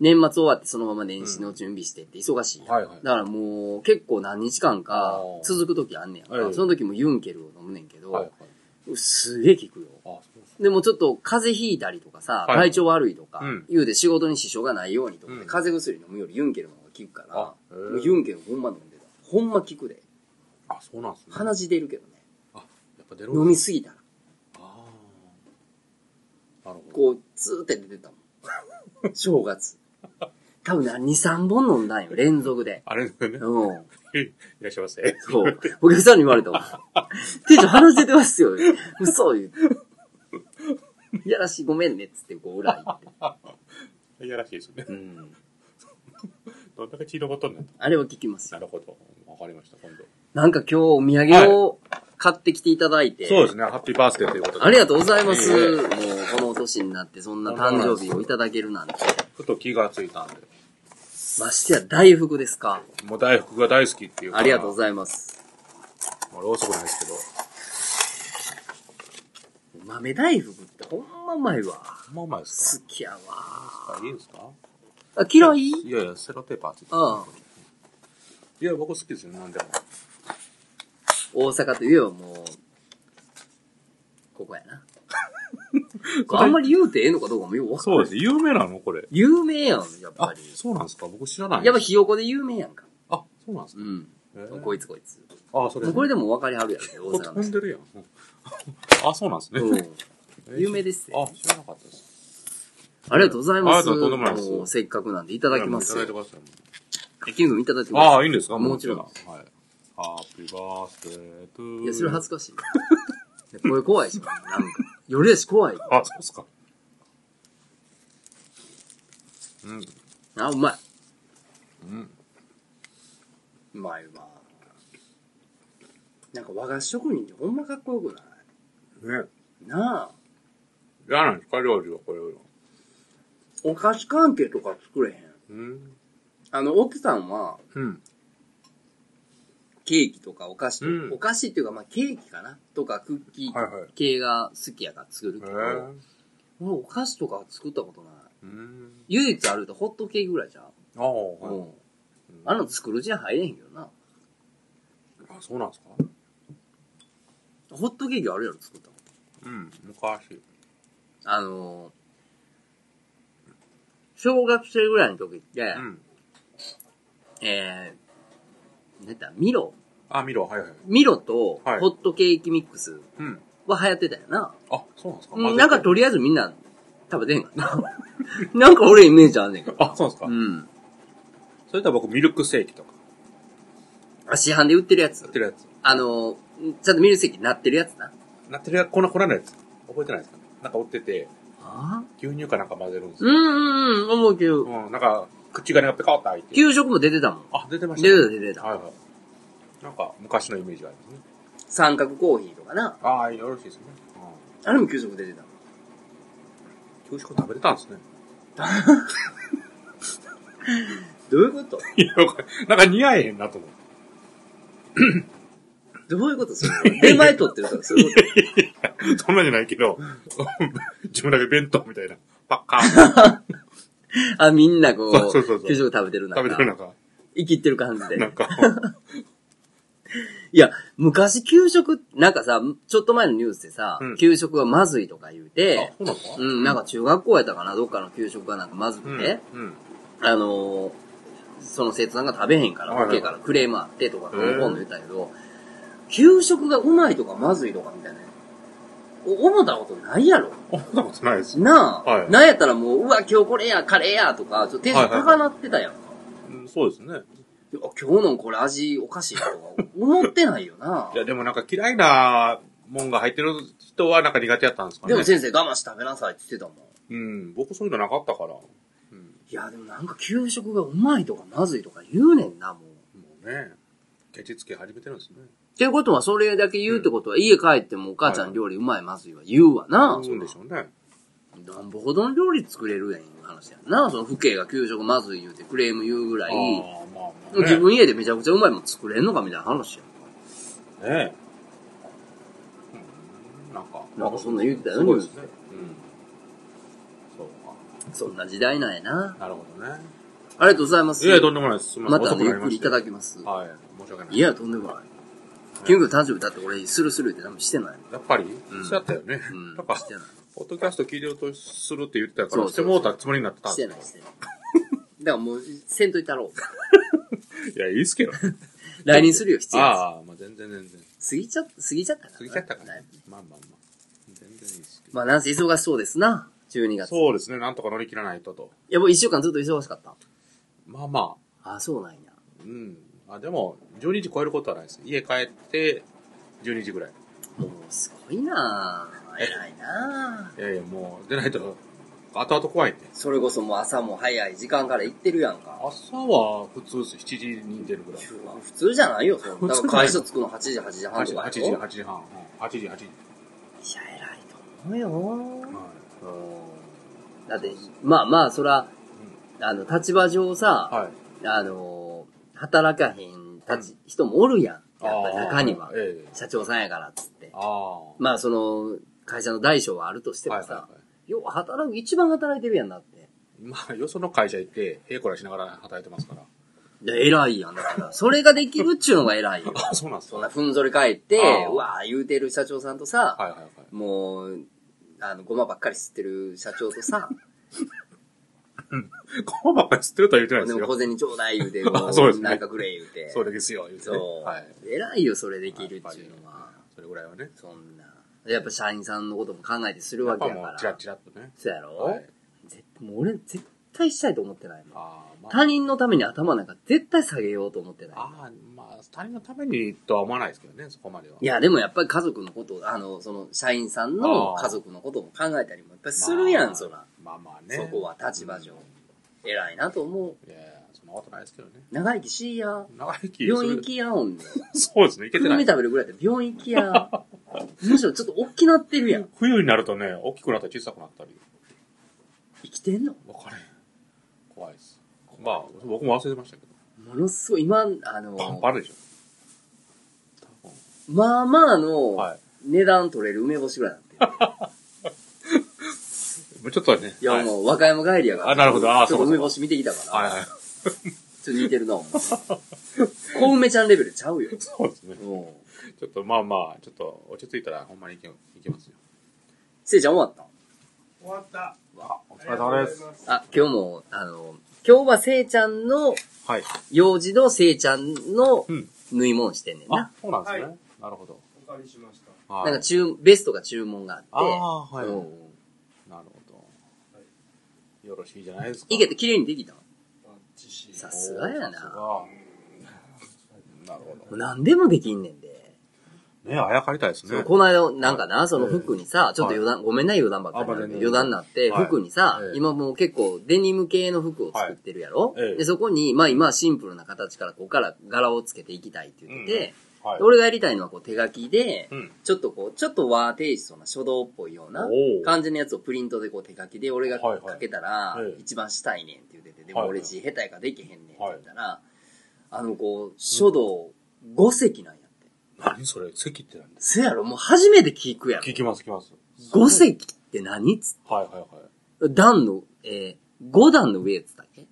[SPEAKER 2] 年末終わってそのまま年始の準備してって忙しいやん、
[SPEAKER 3] はいはい
[SPEAKER 2] だからもう結構何日間か続く時あんねやんか、
[SPEAKER 3] はい
[SPEAKER 2] その時もユンケルを飲むねんけど、
[SPEAKER 3] はいはい。
[SPEAKER 2] すげえ効くよ
[SPEAKER 3] あ、そうです
[SPEAKER 2] でもちょっと風邪ひいたりとかさ、
[SPEAKER 3] はい
[SPEAKER 2] 体調悪いとか、
[SPEAKER 3] うん
[SPEAKER 2] 言うで仕事に支障がないようにとかで、
[SPEAKER 3] うん
[SPEAKER 2] 風邪薬飲むよりユンケルの方が効くから
[SPEAKER 3] あ、へー
[SPEAKER 2] もうユンケルほんま飲んでた。ほんま効くで。
[SPEAKER 3] あ、そうなんですね。
[SPEAKER 2] 鼻血出るけどね。
[SPEAKER 3] あ、やっぱ出る
[SPEAKER 2] 飲みすぎたら。
[SPEAKER 3] ああ。なるほど。
[SPEAKER 2] こう、ツーって出てたもん。 正月。多分な、2、3本飲んだんよ、連続で。
[SPEAKER 3] あれですね。
[SPEAKER 2] うん。
[SPEAKER 3] いらっしゃいませ。
[SPEAKER 2] そう。お客さんに言われたもん。店長鼻血出てますよ。嘘言うて。いやらしい、ごめんね、っつって、こう、裏行って。
[SPEAKER 3] いやらしいですね
[SPEAKER 2] う。ん。
[SPEAKER 3] どんだけ血のことになった
[SPEAKER 2] あれは聞きますよ
[SPEAKER 3] なるほど。わかりました、今度。
[SPEAKER 2] なんか今日お土産を買ってきていただいて。
[SPEAKER 3] そうですね、ハッピーバースデーということで。
[SPEAKER 2] ありがとうございます。
[SPEAKER 3] いえいえ
[SPEAKER 2] もうこの年になってそんな誕生日をいただけるなんて。
[SPEAKER 3] ふと気がついたんで。
[SPEAKER 2] ましてや大福ですか。
[SPEAKER 3] もう大福が大好きっていう
[SPEAKER 2] ありがとうご
[SPEAKER 3] い
[SPEAKER 2] ざいます。
[SPEAKER 3] ます。まあ、ろうそくなんですけど。
[SPEAKER 2] 豆大福ってほんまうまいわ。
[SPEAKER 3] ほんまうまいです
[SPEAKER 2] 好きやわ。
[SPEAKER 3] かあ、いいですか
[SPEAKER 2] あ、嫌い
[SPEAKER 3] いやいや、セロテーパーついてる
[SPEAKER 2] うん。
[SPEAKER 3] いや、僕好きですよ、なんでも。
[SPEAKER 2] 大阪といえばもう、ここやな。 これあんまり言うてええのかどうかもよくわかん
[SPEAKER 3] そ
[SPEAKER 2] な
[SPEAKER 3] う
[SPEAKER 2] い。
[SPEAKER 3] です。有名なのこれ。
[SPEAKER 2] 有名やん、やっ
[SPEAKER 3] あ
[SPEAKER 2] ぱり、。
[SPEAKER 3] そうなんですか僕知らない。
[SPEAKER 2] やっぱひよこで有名やんか。
[SPEAKER 3] あ、そうなんです
[SPEAKER 2] う
[SPEAKER 3] か
[SPEAKER 2] ん。
[SPEAKER 3] へー
[SPEAKER 2] こいつこいつ。
[SPEAKER 3] あ、それ。
[SPEAKER 2] もうこれでも分かりはるやろ、大阪
[SPEAKER 3] 飛
[SPEAKER 2] の
[SPEAKER 3] ん
[SPEAKER 2] 人。
[SPEAKER 3] でるやん。 あ、そうなんですね。
[SPEAKER 2] うん有名ですよ
[SPEAKER 3] あ、知らなかったです。
[SPEAKER 2] ありがとうございます。
[SPEAKER 3] ありがとうございます
[SPEAKER 2] もうせっかくなんでいただきます
[SPEAKER 3] い
[SPEAKER 2] よ
[SPEAKER 3] ただいて。ください。
[SPEAKER 2] えキング君いただいてくだ
[SPEAKER 3] あ
[SPEAKER 2] さ
[SPEAKER 3] あ、いいんですか
[SPEAKER 2] もちろん
[SPEAKER 3] はい。ハッピーバースデートゥ
[SPEAKER 2] い。
[SPEAKER 3] ー
[SPEAKER 2] いや、それ恥ず かしい。これ怖いし、なんか。よりだし怖い。
[SPEAKER 3] あ、そうっすか。うん。
[SPEAKER 2] あ、うまい。
[SPEAKER 3] うん。
[SPEAKER 2] うまいうまい。なんか和菓子職人ってほんまかっこよくな
[SPEAKER 3] ね。
[SPEAKER 2] いなあ。
[SPEAKER 3] 嫌なんですか料理はこれを。
[SPEAKER 2] お菓子関係とか作れへん。
[SPEAKER 3] うん。
[SPEAKER 2] あの、奥さんは、
[SPEAKER 3] うん。
[SPEAKER 2] ケーキとかお菓子と、
[SPEAKER 3] うん
[SPEAKER 2] お菓子っていうか、まあ、ケーキかなとか、クッキ
[SPEAKER 3] はいはい
[SPEAKER 2] ー系が好きやから作る
[SPEAKER 3] へ
[SPEAKER 2] けど、
[SPEAKER 3] え。
[SPEAKER 2] 俺お菓子とか作ったことない。
[SPEAKER 3] うん。
[SPEAKER 2] 唯一あるとホットケーキぐらいじゃん。
[SPEAKER 3] ああ、はい。
[SPEAKER 2] うん。あんなの作るじゃ入れへんけどな。
[SPEAKER 3] あ、そうなんですか
[SPEAKER 2] ホットケーキあるやろ、作ったの。
[SPEAKER 3] うん。昔。
[SPEAKER 2] あのー、小学生ぐらいの時って、
[SPEAKER 3] うん。
[SPEAKER 2] えー、なんだ、ミロ
[SPEAKER 3] あ、見ろ。はいはい。
[SPEAKER 2] ミロとホ
[SPEAKER 3] はい
[SPEAKER 2] ットケーキミックス
[SPEAKER 3] うん。
[SPEAKER 2] は流行ってたよな。
[SPEAKER 3] あ、そうなんですか
[SPEAKER 2] うん
[SPEAKER 3] 混ぜて
[SPEAKER 2] なんかとりあえずみんな食べてんかな。 なんか俺イメージあんねんけど。
[SPEAKER 3] あ、そうなんですか
[SPEAKER 2] うん。
[SPEAKER 3] それとは僕、ミルクセーキとか。
[SPEAKER 2] あ市販で売ってるやつ
[SPEAKER 3] なっ。てるやつ。
[SPEAKER 2] あのー、ちゃんとミルセキになってるやつな。
[SPEAKER 3] なってるやつ、この粉のやつ。覚えてないですかなんか売ってて、
[SPEAKER 2] あ
[SPEAKER 3] 牛乳かなんか混ぜるんです
[SPEAKER 2] う
[SPEAKER 3] よ。
[SPEAKER 2] んうんうん、思うけど。
[SPEAKER 3] うん。なんか、口がね、ペカッと開いて。
[SPEAKER 2] 給食も出てたもん。
[SPEAKER 3] あ、出てました、
[SPEAKER 2] 出てた出てた。
[SPEAKER 3] はいはい。なんか、昔のイメージがありますね。
[SPEAKER 2] 三角コーヒーとかな。
[SPEAKER 3] ああ、よろしいですね。
[SPEAKER 2] あれも給食出てたもん。
[SPEAKER 3] うん。給食食べれたんですね。
[SPEAKER 2] どういうこと
[SPEAKER 3] いや、わかんないなんか似合えへんなと 思って。
[SPEAKER 2] どういうことそれ。出前取ってるとか、そういうこ
[SPEAKER 3] そんなんじゃないけ ど、自分だけ弁当みたいな。パッカ ー
[SPEAKER 2] と。
[SPEAKER 3] ン。
[SPEAKER 2] あ、みんなこ
[SPEAKER 3] そうそうそうそう
[SPEAKER 2] う、給食食べてる中。
[SPEAKER 3] 食べてる中、
[SPEAKER 2] 生きってる感じで
[SPEAKER 3] な。んか、
[SPEAKER 2] いや、昔給食、なんかさ、ちょっと前のニュースでさ、
[SPEAKER 3] うん
[SPEAKER 2] 給食がまずいとか言うて、
[SPEAKER 3] うなんですか
[SPEAKER 2] うん、なんか中学校やったかな、どっかの給食がなんかまず
[SPEAKER 3] う
[SPEAKER 2] く
[SPEAKER 3] ん。
[SPEAKER 2] て、
[SPEAKER 3] うん。
[SPEAKER 2] あのーその生徒さんが食べへんから、
[SPEAKER 3] はいはい
[SPEAKER 2] OK からクレームあってとか、
[SPEAKER 3] へ
[SPEAKER 2] こ
[SPEAKER 3] ー
[SPEAKER 2] の本の言ったけど、給食がうまいとかまずいとかみたいな。お思ったことないやろ。
[SPEAKER 3] 思ったことないです。
[SPEAKER 2] なあ、
[SPEAKER 3] はい
[SPEAKER 2] なんやったらもう、うわ、今日これや、カレーや、とか、ちょっとテンション高なってたやんか。
[SPEAKER 3] うんそうですね。
[SPEAKER 2] いや今日のこれ味おかしいなとか、思ってないよ な
[SPEAKER 3] い。や、でもなんか嫌いなもんが入ってる人はなんか苦手やったんですかね。
[SPEAKER 2] でも先生我慢して食べなさいって言ってたもん。
[SPEAKER 3] うん、僕そういうのなかったから。うん、
[SPEAKER 2] いや、でもなんか給食がうまいとかまずいとか言うねんな、もう。
[SPEAKER 3] もうね、ケチつけ始めてるんですね。
[SPEAKER 2] っていうことは、それだけ言うってことは、家帰ってもお母ちゃん料理うまいまずいは言うわな。
[SPEAKER 3] そうでしょうね。
[SPEAKER 2] なんぼほどの料理作れるやん、いう話やんな。その、父兄が給食まずい言うてクレーム言うぐらい、
[SPEAKER 3] ああ、まあまあ、ね。
[SPEAKER 2] 自分家でめちゃくちゃうまいもん作れんのかみたいな話やん
[SPEAKER 3] ねうんなんか、
[SPEAKER 2] なんかそんな言うてたよ
[SPEAKER 3] す
[SPEAKER 2] ね
[SPEAKER 3] ごいですね。うん。そう
[SPEAKER 2] か。そんな時代なんやな。
[SPEAKER 3] か。なるほどね。
[SPEAKER 2] ありがとうございます。
[SPEAKER 3] いや、とんでもないです。すみ
[SPEAKER 2] ま
[SPEAKER 3] ません。
[SPEAKER 2] たね、ゆっくりいただ
[SPEAKER 3] き
[SPEAKER 2] きます。
[SPEAKER 3] はい。申し訳ない。
[SPEAKER 2] いや、とんでもない。キュン君誕生日だって俺、スルスルって何もしてない。
[SPEAKER 3] やっぱり、
[SPEAKER 2] うん
[SPEAKER 3] しちゃったよね。
[SPEAKER 2] うん
[SPEAKER 3] やっぱ、
[SPEAKER 2] してない
[SPEAKER 3] ポッドキャスト聞いてるとするって言ってたか
[SPEAKER 2] そう
[SPEAKER 3] ら、
[SPEAKER 2] そう
[SPEAKER 3] してもうたつもりになってたん
[SPEAKER 2] し
[SPEAKER 3] で
[SPEAKER 2] て
[SPEAKER 3] す
[SPEAKER 2] ない、してない。 だからもう、せんといた ろう。
[SPEAKER 3] いや、いいっす けど。
[SPEAKER 2] 来年するよ、必要
[SPEAKER 3] ああ、まあ全然全然。
[SPEAKER 2] 過ぎちゃ、過ぎちゃったかな。
[SPEAKER 3] 過ぎちゃったから
[SPEAKER 2] だい
[SPEAKER 3] ね
[SPEAKER 2] ぶ。
[SPEAKER 3] まあまあまあ。全然いいっすけど。
[SPEAKER 2] まあ、なんせ忙しそうですな。12月。い
[SPEAKER 3] そうですね、なんとか乗り切らないとと。
[SPEAKER 2] や、もう1週間ずっと忙しかった。
[SPEAKER 3] まあまあ、
[SPEAKER 2] あ、そうなんや。
[SPEAKER 3] うん。あ、でも、12時超えることはないです。家帰って、12時ぐらい。
[SPEAKER 2] もう、すごいなぁ。偉いない
[SPEAKER 3] やいや、もう、出ないと、後々怖いんで。
[SPEAKER 2] ぁ。それこそもう朝も早い時間から行ってるやんか。
[SPEAKER 3] 朝は普通です。7時に出るぐらい。
[SPEAKER 2] 普通じゃないよ、そんな。
[SPEAKER 3] 普通
[SPEAKER 2] だ
[SPEAKER 3] じゃ
[SPEAKER 2] か
[SPEAKER 3] ない
[SPEAKER 2] ら会社着くの8時、8時半
[SPEAKER 3] 8
[SPEAKER 2] と
[SPEAKER 3] 時、
[SPEAKER 2] かやろ
[SPEAKER 3] 8時、8時半。うん8時、8時。
[SPEAKER 2] いや、偉いと思うよ
[SPEAKER 3] は
[SPEAKER 2] うんだって、まあまあ、そら、あの、立場上さ、
[SPEAKER 3] い。はい。
[SPEAKER 2] あの、働かへんたち、人もおるやん。やっぱり中には
[SPEAKER 3] あ。ーええ
[SPEAKER 2] 社長さんやからっつって。
[SPEAKER 3] ああ。
[SPEAKER 2] まあ、その、会社の大小はあるとしてもさ、
[SPEAKER 3] いい
[SPEAKER 2] よう働く、一番働いてるやんなって。
[SPEAKER 3] い、まあ、よその会社行って、へいこらしながら働いてますから。
[SPEAKER 2] いや偉いやん。だから、それができるっちゅうのが偉い よ。
[SPEAKER 3] あ、そうなんです
[SPEAKER 2] そん
[SPEAKER 3] か。
[SPEAKER 2] な
[SPEAKER 3] はい
[SPEAKER 2] ふんぞり返って
[SPEAKER 3] あ、ー
[SPEAKER 2] うわー言うてる社長さんとさ、
[SPEAKER 3] はいはい。
[SPEAKER 2] もう、あの、ごまばっかり吸ってる社長と さ、
[SPEAKER 3] このばっかり知ってるとは言ってないで
[SPEAKER 2] ですも小
[SPEAKER 3] よ。
[SPEAKER 2] 銭ちょうだい言うて、も
[SPEAKER 3] あ そうですね
[SPEAKER 2] なんかくれ言うて。
[SPEAKER 3] そうですよ、言うて、ね。
[SPEAKER 2] そう
[SPEAKER 3] はい。
[SPEAKER 2] 偉いよ、それできるっちゅうのは。
[SPEAKER 3] それぐらいはね。
[SPEAKER 2] そんな。やっぱ社員さんのことも考えてする
[SPEAKER 3] や
[SPEAKER 2] わ
[SPEAKER 3] っ
[SPEAKER 2] け
[SPEAKER 3] ぱ
[SPEAKER 2] や
[SPEAKER 3] も
[SPEAKER 2] か
[SPEAKER 3] う、チラッ
[SPEAKER 2] ら。
[SPEAKER 3] チラッとね。
[SPEAKER 2] そうやろ、
[SPEAKER 3] はい。
[SPEAKER 2] 絶もう俺、絶対したいと思ってないもん。
[SPEAKER 3] ああ、まあ。
[SPEAKER 2] 他人のために頭なんか絶対下げようと思ってない。
[SPEAKER 3] ああ、まあ、他人のためにとは思わないですけどね、そこまでは。
[SPEAKER 2] いや、でもやっぱり家族のことを、あの、その、社員さんの
[SPEAKER 3] あー
[SPEAKER 2] 家族のことも考えたりも、やっぱりするや
[SPEAKER 3] まあ
[SPEAKER 2] ん、そら。
[SPEAKER 3] まあまあね。
[SPEAKER 2] そこは立場上。偉いなと思う。
[SPEAKER 3] いやいや、そんなことないですけどね。
[SPEAKER 2] 長生きしいや。
[SPEAKER 3] 長生き。
[SPEAKER 2] 病院行きや、ほんで。
[SPEAKER 3] それそうですね、いけて
[SPEAKER 2] 冬
[SPEAKER 3] な
[SPEAKER 2] 目
[SPEAKER 3] い。
[SPEAKER 2] 食べるぐらいで病院行き や。むしろちょっと大きなってるやん。
[SPEAKER 3] 冬になるとね、大きくなったり小さくなったり。
[SPEAKER 2] 生きてんの
[SPEAKER 3] わかれへん。怖いです。まあ、僕も忘れてましたけど。
[SPEAKER 2] ものすごい、今、あ
[SPEAKER 3] パン
[SPEAKER 2] の、
[SPEAKER 3] パンでしょ。多
[SPEAKER 2] まあまあ
[SPEAKER 3] 分は
[SPEAKER 2] の、値段取れる梅干しぐらいになってる。
[SPEAKER 3] い。もうちょっとね。
[SPEAKER 2] いや、
[SPEAKER 3] う。
[SPEAKER 2] もう、和歌山帰りやから。
[SPEAKER 3] あなるほどあー
[SPEAKER 2] ちょっ
[SPEAKER 3] そ
[SPEAKER 2] と
[SPEAKER 3] うかそうか
[SPEAKER 2] 梅干し見てきたか
[SPEAKER 3] はい
[SPEAKER 2] ら。
[SPEAKER 3] はい。
[SPEAKER 2] ちょっと似てるな、思 って小梅ちゃんレベルちゃうよ。
[SPEAKER 3] そうですね。
[SPEAKER 2] うん。
[SPEAKER 3] ちょっとまあまあ、ちょっと落ち着いたらほんまに行け行けますよ。
[SPEAKER 2] せいちゃん終わった
[SPEAKER 4] 終わった。
[SPEAKER 3] わお疲
[SPEAKER 4] ありがとうございます。
[SPEAKER 2] あ、今日も、あの、今日はせいちゃんの、
[SPEAKER 3] はい。
[SPEAKER 2] 幼児のせいちゃんの
[SPEAKER 3] うん
[SPEAKER 2] 縫い物してんねんな
[SPEAKER 3] あ。、そうなんですね。
[SPEAKER 4] は
[SPEAKER 3] なるほど。
[SPEAKER 4] お借りしました。
[SPEAKER 2] な
[SPEAKER 3] は
[SPEAKER 2] んか
[SPEAKER 3] い。
[SPEAKER 2] 注、ベストが注文があって。
[SPEAKER 3] ああ、はい。
[SPEAKER 2] うん
[SPEAKER 3] なるほど。よろしいじゃないですか。
[SPEAKER 2] いけて綺麗にできた
[SPEAKER 4] バッチシ
[SPEAKER 2] さ
[SPEAKER 3] おー
[SPEAKER 2] すがや
[SPEAKER 3] さす
[SPEAKER 2] な。
[SPEAKER 3] がなるほど。
[SPEAKER 2] 何でもできんねんで。
[SPEAKER 3] ね、あやかりたいです
[SPEAKER 2] そ
[SPEAKER 3] ね
[SPEAKER 2] う。この間、なんかな、その服にさ、ちょっと
[SPEAKER 3] はい
[SPEAKER 2] 余談、ごめんな余談ばっかりなんだけど
[SPEAKER 3] あまあ全然
[SPEAKER 2] 余談になって、
[SPEAKER 3] はい
[SPEAKER 2] 服にさ
[SPEAKER 3] え、え
[SPEAKER 2] 今もう結構デニム系の服を作ってるやろ
[SPEAKER 3] はいええ
[SPEAKER 2] で、そこに、まあ今はシンプルな形から、ここから柄をつけていきたいって言ってて、
[SPEAKER 3] はい
[SPEAKER 2] で。俺がやりたいのはこう手書きで、
[SPEAKER 3] うん。
[SPEAKER 2] ちょっとこう、ちょっと和テイストな書道っぽいような
[SPEAKER 3] おー
[SPEAKER 2] 感じのやつをプリントでこう手書きで、俺が
[SPEAKER 3] はいはい
[SPEAKER 2] 書けたら
[SPEAKER 3] ええ、
[SPEAKER 2] 一番したいねんって言ってて、で
[SPEAKER 3] は
[SPEAKER 2] も
[SPEAKER 3] いはい
[SPEAKER 2] 俺ち下手やからできへんねんって言ったら、あのこう、書道5席なんやって。
[SPEAKER 3] 何それ席って何
[SPEAKER 2] せやろ、もう初めて聞くやろ。
[SPEAKER 3] 聞きます、聞きます。
[SPEAKER 2] 5席って何つ
[SPEAKER 3] はいはいはい。
[SPEAKER 2] 段の、えー、5段の上っつったっけ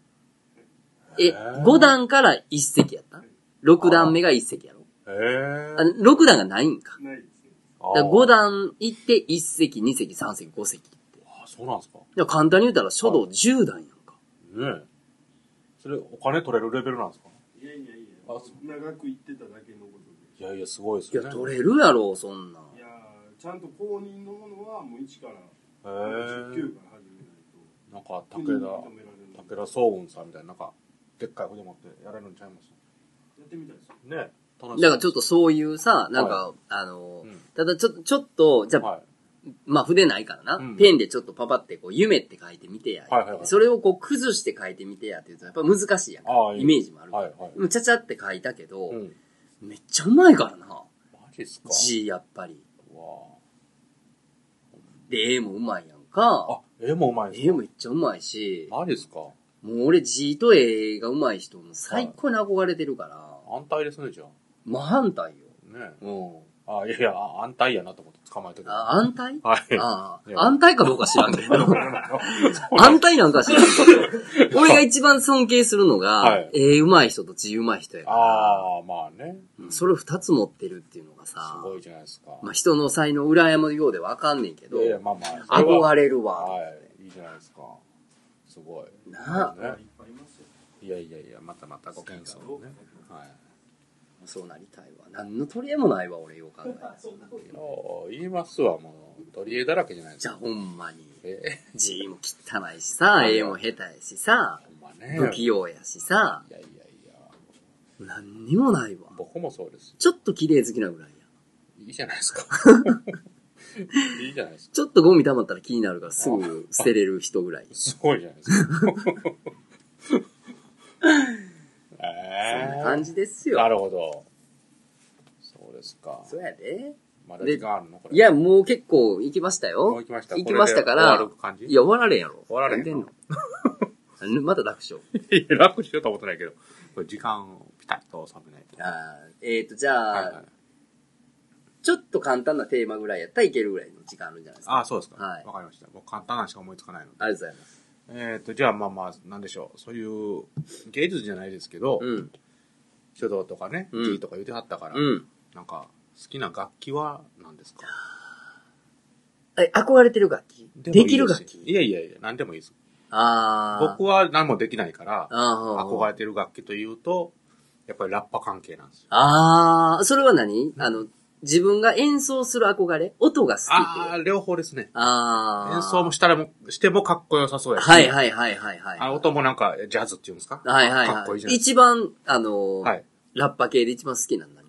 [SPEAKER 2] え、5段から1席やった ?6 段目が1席やろ
[SPEAKER 3] へ
[SPEAKER 2] あ
[SPEAKER 3] え。
[SPEAKER 2] ?6 段がないんか。
[SPEAKER 4] ないですね。
[SPEAKER 2] だから5段行って1席、2席、3席、5席って。
[SPEAKER 3] あーそうなんですか。
[SPEAKER 2] だから簡単に言うたら書道10段やんか。
[SPEAKER 3] ねえ。それ、お金取れるレベルなんですか
[SPEAKER 4] いやいやいや、
[SPEAKER 3] あそ
[SPEAKER 4] 長く行ってただけのこと
[SPEAKER 3] いやいや、すごいです
[SPEAKER 2] い
[SPEAKER 3] よ
[SPEAKER 2] や、
[SPEAKER 3] ね。
[SPEAKER 2] 取れるやろ、そんなん。
[SPEAKER 4] で。いやー、ちゃんと公認のものはもう一から
[SPEAKER 3] へ
[SPEAKER 4] 19から始
[SPEAKER 3] え。
[SPEAKER 4] めないと
[SPEAKER 3] なんか、
[SPEAKER 4] 国
[SPEAKER 3] 武
[SPEAKER 4] に認
[SPEAKER 3] 田、
[SPEAKER 4] められない
[SPEAKER 3] 武田総雲さんみたいな、なんか、でっかい筆持ってやれるんちゃいます
[SPEAKER 4] やってみたいですよ
[SPEAKER 3] ね楽しい。
[SPEAKER 2] だからちょっとそういうさ、なんか、あの、
[SPEAKER 3] うん
[SPEAKER 2] ただちょ、ちょっと、じゃあ、
[SPEAKER 3] はい。
[SPEAKER 2] まあ筆ないからな、
[SPEAKER 3] うん
[SPEAKER 2] ペンでちょっとパパってこう、夢って書いてみてや、
[SPEAKER 3] はいはいはい
[SPEAKER 2] それをこう崩して書いてみてやって言うと、やっぱ難しいやんか
[SPEAKER 3] ああいい
[SPEAKER 2] イメージもある。
[SPEAKER 3] はいはい
[SPEAKER 2] で。もちゃちゃって書いたけど、
[SPEAKER 3] うん。
[SPEAKER 2] めっちゃうまいからな。
[SPEAKER 3] マジっすか
[SPEAKER 2] G やっぱり。
[SPEAKER 3] わ
[SPEAKER 2] で、A もうまいやん
[SPEAKER 3] ああ
[SPEAKER 2] か。、
[SPEAKER 3] 絵もうまいんすか
[SPEAKER 2] A めっちゃうまいし、
[SPEAKER 3] マジっすか
[SPEAKER 2] もう俺 G と A がうまい人も最高に憧れてるから、
[SPEAKER 3] 安泰ですね、じゃあ。
[SPEAKER 2] 真反対よ。
[SPEAKER 3] ねうん。あ、いやいや、あ安泰やなと思って捕まえてる。
[SPEAKER 2] あ、安泰
[SPEAKER 3] はい。
[SPEAKER 2] あ
[SPEAKER 3] いや
[SPEAKER 2] あ、安泰かどうか知らんけど。安泰なんか知らんけど。俺が一番尊敬するの
[SPEAKER 3] は
[SPEAKER 2] が
[SPEAKER 3] い、
[SPEAKER 2] 絵上手い人と字上手い人やから。
[SPEAKER 3] ああ、まあね。
[SPEAKER 2] それを二つ持ってるっていうのが
[SPEAKER 3] す
[SPEAKER 2] さ、
[SPEAKER 3] ごいじゃないですか。
[SPEAKER 2] まあ人の才能羨むようでわかんねんけど
[SPEAKER 3] い、やいや、まあまあ。
[SPEAKER 2] 憧
[SPEAKER 3] れ
[SPEAKER 2] れる
[SPEAKER 3] は。
[SPEAKER 2] わ。
[SPEAKER 3] はい。いいじゃないですか。すごい。
[SPEAKER 2] なあ
[SPEAKER 3] ね
[SPEAKER 4] いっぱいいますよ
[SPEAKER 3] いやいやいや、またまたご謙遜ね。はい。
[SPEAKER 2] そうなりたいわ。何の取り柄もないわ、俺よう考えたら
[SPEAKER 3] いや言いますわ、もう。取り柄だらけじゃないです
[SPEAKER 2] じゃあ
[SPEAKER 3] か。
[SPEAKER 2] ほんまに。
[SPEAKER 3] ええ、
[SPEAKER 2] 字も汚いしさ、絵も下手やしさ、
[SPEAKER 3] ほんまね。
[SPEAKER 2] 不器用やしさ、
[SPEAKER 3] いやいやいや。
[SPEAKER 2] 何にもないわ。
[SPEAKER 3] 僕もそうですよ。
[SPEAKER 2] ちょっと綺麗好きなぐらいや。
[SPEAKER 3] いいじゃないで すか。いいじゃないですか。
[SPEAKER 2] ちょっとゴミ溜まったら気になるからすぐ捨てれる人ぐらい。
[SPEAKER 3] すごいじゃないですか。
[SPEAKER 2] そん
[SPEAKER 3] ええ
[SPEAKER 2] な感じですよ。
[SPEAKER 3] なるほど。そうですか。
[SPEAKER 2] そうやで。
[SPEAKER 3] まだ時間あるのこれ。
[SPEAKER 2] いや、、もう結構行きましたよ。
[SPEAKER 3] もう行きました
[SPEAKER 2] 行きましたか
[SPEAKER 3] これ
[SPEAKER 2] ら。
[SPEAKER 3] で終わる感じ
[SPEAKER 2] いや、終わられんやろ。
[SPEAKER 3] 終わられへん
[SPEAKER 2] や
[SPEAKER 3] の
[SPEAKER 2] ってんの。何また楽勝。
[SPEAKER 3] いや楽しようとは思ってないけど、これ時間をピタッと収めないと。
[SPEAKER 2] あーえっ、と、じゃあ、
[SPEAKER 3] はいはい。
[SPEAKER 2] ちょっと簡単なテーマぐらいやったらいけるぐらいの時間あるんじゃないですか。
[SPEAKER 3] ああ、そうですか。
[SPEAKER 2] はい
[SPEAKER 3] わかりました。もう簡単なのしか思いつかないので。
[SPEAKER 2] ありがとうございます。
[SPEAKER 3] えっ、と、じゃあまあまあ、なんでしょう。そういう芸術じゃないですけど、
[SPEAKER 2] うん。
[SPEAKER 3] 書道とかね、
[SPEAKER 2] うん
[SPEAKER 3] 字とか言ってはったから、
[SPEAKER 2] うん。
[SPEAKER 3] なんか、好きな楽器は何ですか
[SPEAKER 2] え、憧れてる楽器で
[SPEAKER 3] もいいす
[SPEAKER 2] きる楽器
[SPEAKER 3] いやいやいや、何でもいいです。
[SPEAKER 2] ああ。
[SPEAKER 3] 僕は何もできないから、
[SPEAKER 2] あー
[SPEAKER 3] 憧れてる楽器というと、やっぱりラッパ関係なんですよ。
[SPEAKER 2] ああ、それは何あの、自分が演奏する憧れ音が好きっていう
[SPEAKER 3] あ。あ、両方ですね。
[SPEAKER 2] ああ。
[SPEAKER 3] 演奏もしたらも、してもかっこよさそうやし、
[SPEAKER 2] はいはいはいはいはい。
[SPEAKER 3] あ音もなんか、ジャズっていうんですか
[SPEAKER 2] はいはい
[SPEAKER 3] かっこ
[SPEAKER 2] はい
[SPEAKER 3] いじゃ
[SPEAKER 2] い。
[SPEAKER 3] ないです
[SPEAKER 2] 一番、あのー、
[SPEAKER 3] か。はい。
[SPEAKER 2] ラッパ系で一番好きなの何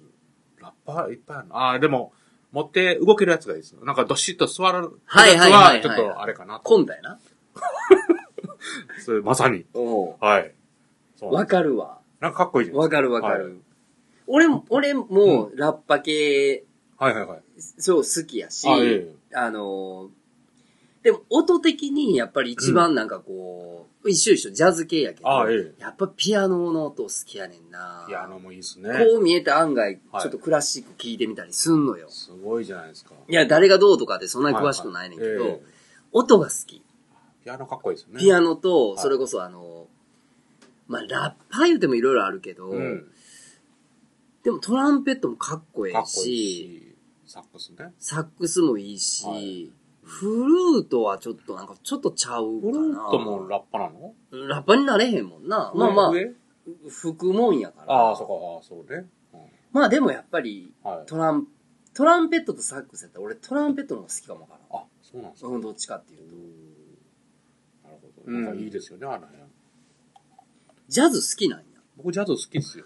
[SPEAKER 3] ラッパーいっぱいあるの。ああ、でも、持って動けるやつがいいです。なんかどしっと座る
[SPEAKER 2] はい
[SPEAKER 3] やつ
[SPEAKER 2] はいはいは
[SPEAKER 3] は、
[SPEAKER 2] い
[SPEAKER 3] ちょっとあれかなと。
[SPEAKER 2] コンだよな。
[SPEAKER 3] それまさに。
[SPEAKER 2] お
[SPEAKER 3] はい。そうなん
[SPEAKER 2] わ
[SPEAKER 3] です
[SPEAKER 2] かるわ。
[SPEAKER 3] なんかかっこいいじゃない
[SPEAKER 2] わ
[SPEAKER 3] ですか。
[SPEAKER 2] かるわかる。俺も、俺も、ラッパ系、
[SPEAKER 3] はい。はいはいはい。
[SPEAKER 2] そう、好きやし、
[SPEAKER 3] あ
[SPEAKER 2] あ、
[SPEAKER 3] いえいえ
[SPEAKER 2] のー、でも、音的に、やっぱり一番なんかこう、一緒一緒、ジャズ系やけど、
[SPEAKER 3] あえ
[SPEAKER 2] やっぱピアノの音好きやねんな。
[SPEAKER 3] ピアノもいいですね。
[SPEAKER 2] こう見えて案外、ち
[SPEAKER 3] はい
[SPEAKER 2] ょっとクラシック聴いてみたりすんのよ。
[SPEAKER 3] すごいじゃないですか。
[SPEAKER 2] いや、誰がどうとかってそんなに詳しくないねんけど、
[SPEAKER 3] はいはいええ
[SPEAKER 2] 音が好き。
[SPEAKER 3] ピアノかっこいいですよね。
[SPEAKER 2] ピア
[SPEAKER 3] ノ。
[SPEAKER 2] ノと、
[SPEAKER 3] はい
[SPEAKER 2] それこそあの、まあ、ラッパー言うてもいろいろあるけど、
[SPEAKER 3] うん。
[SPEAKER 2] でもトランペットもかっこえ
[SPEAKER 3] かっ
[SPEAKER 2] え
[SPEAKER 3] こいい
[SPEAKER 2] し、
[SPEAKER 3] し、サックスね。
[SPEAKER 2] サックスもいいし、
[SPEAKER 3] はい
[SPEAKER 2] フルートはちょっとなんかちょっとちゃう
[SPEAKER 3] フ
[SPEAKER 2] か
[SPEAKER 3] ル
[SPEAKER 2] な。
[SPEAKER 3] ートもラッパなの
[SPEAKER 2] ラッパーになれへんもんな。まあまあ、
[SPEAKER 3] 上
[SPEAKER 2] 吹くもんやから。
[SPEAKER 3] ああ、そうか、ああ、そうね。うん
[SPEAKER 2] まあでもやっぱり、
[SPEAKER 3] はい。
[SPEAKER 2] トラン、トランペットとサックスやったら俺トランペットの方が好きかもわかな。
[SPEAKER 3] あ、そうなんですか。
[SPEAKER 2] うん、どっちかっていうと。
[SPEAKER 3] なるほど。
[SPEAKER 2] うん
[SPEAKER 3] なんかいいですよね、あの辺。
[SPEAKER 2] ジャズ好きなんや。
[SPEAKER 3] 僕ジャズ好きですよ。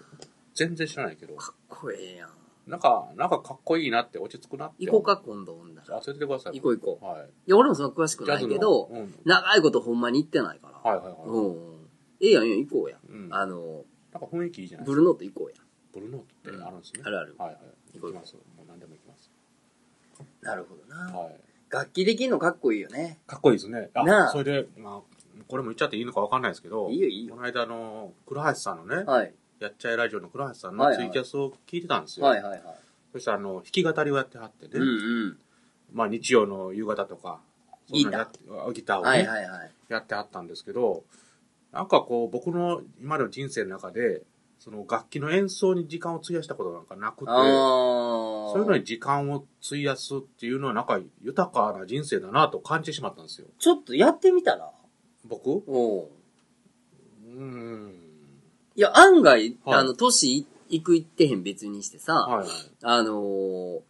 [SPEAKER 3] 全然知らないけど。
[SPEAKER 2] かっこええやん。
[SPEAKER 3] なんか、なんかかっこいいなって、落ち着くなって。
[SPEAKER 2] 行こうか、今度女。
[SPEAKER 3] あ。忘れてください。
[SPEAKER 2] 行こう行こう。
[SPEAKER 3] はい。
[SPEAKER 2] いや、俺もそんな詳しくないけど、
[SPEAKER 3] ジャズのうん
[SPEAKER 2] 長いことほんまに行ってないから。
[SPEAKER 3] はいはいはい。
[SPEAKER 2] うんうん。ええやん、ええやん、行こうや。
[SPEAKER 3] うん
[SPEAKER 2] あの、
[SPEAKER 3] なんか雰囲気いいじゃないで
[SPEAKER 2] ブ
[SPEAKER 3] す
[SPEAKER 2] ル
[SPEAKER 3] か。
[SPEAKER 2] ーノート行こうや。
[SPEAKER 3] ブルーノートってあるんですね。
[SPEAKER 2] うんあるある
[SPEAKER 3] はいはい。
[SPEAKER 2] 行こ
[SPEAKER 3] 行
[SPEAKER 2] う
[SPEAKER 3] きます。もう何でも行きます。
[SPEAKER 2] なるほどな。
[SPEAKER 3] はい。
[SPEAKER 2] 楽器できんのかっこいいよね。
[SPEAKER 3] かっこいいですね。
[SPEAKER 2] なあ
[SPEAKER 3] あ、それで、まあ、これも言っちゃっていいのかわかんないですけど、
[SPEAKER 2] いいよいいよ
[SPEAKER 3] この間、あの、倉橋さんのね、
[SPEAKER 2] はい。
[SPEAKER 3] やっちゃえラジオの倉橋さん
[SPEAKER 2] は
[SPEAKER 3] の
[SPEAKER 2] いは
[SPEAKER 3] ツ
[SPEAKER 2] い
[SPEAKER 3] イキャスを聞いてたんですよ。
[SPEAKER 2] はいはいはい。
[SPEAKER 3] そしたら、あの、弾き語りをやってはってね、
[SPEAKER 2] うんうん。
[SPEAKER 3] まあ、日曜の夕方とか、そんなんやってあギターをね、
[SPEAKER 2] はいはいはい。
[SPEAKER 3] やってはったんですけど、なんかこう、僕の今の人生の中で、その楽器の演奏に時間を費やしたことなんかなくて、
[SPEAKER 2] あー。
[SPEAKER 3] そういうのに時間を費やすっていうのはなんか豊かな人生だなと感じてしまったんですよ。
[SPEAKER 2] ちょっとやってみたら
[SPEAKER 3] 僕う
[SPEAKER 2] おう
[SPEAKER 3] ーん。
[SPEAKER 2] いや、案外、
[SPEAKER 3] はい
[SPEAKER 2] あの、都市行く行ってへん別にしてさ、
[SPEAKER 3] はいはい。
[SPEAKER 2] あのー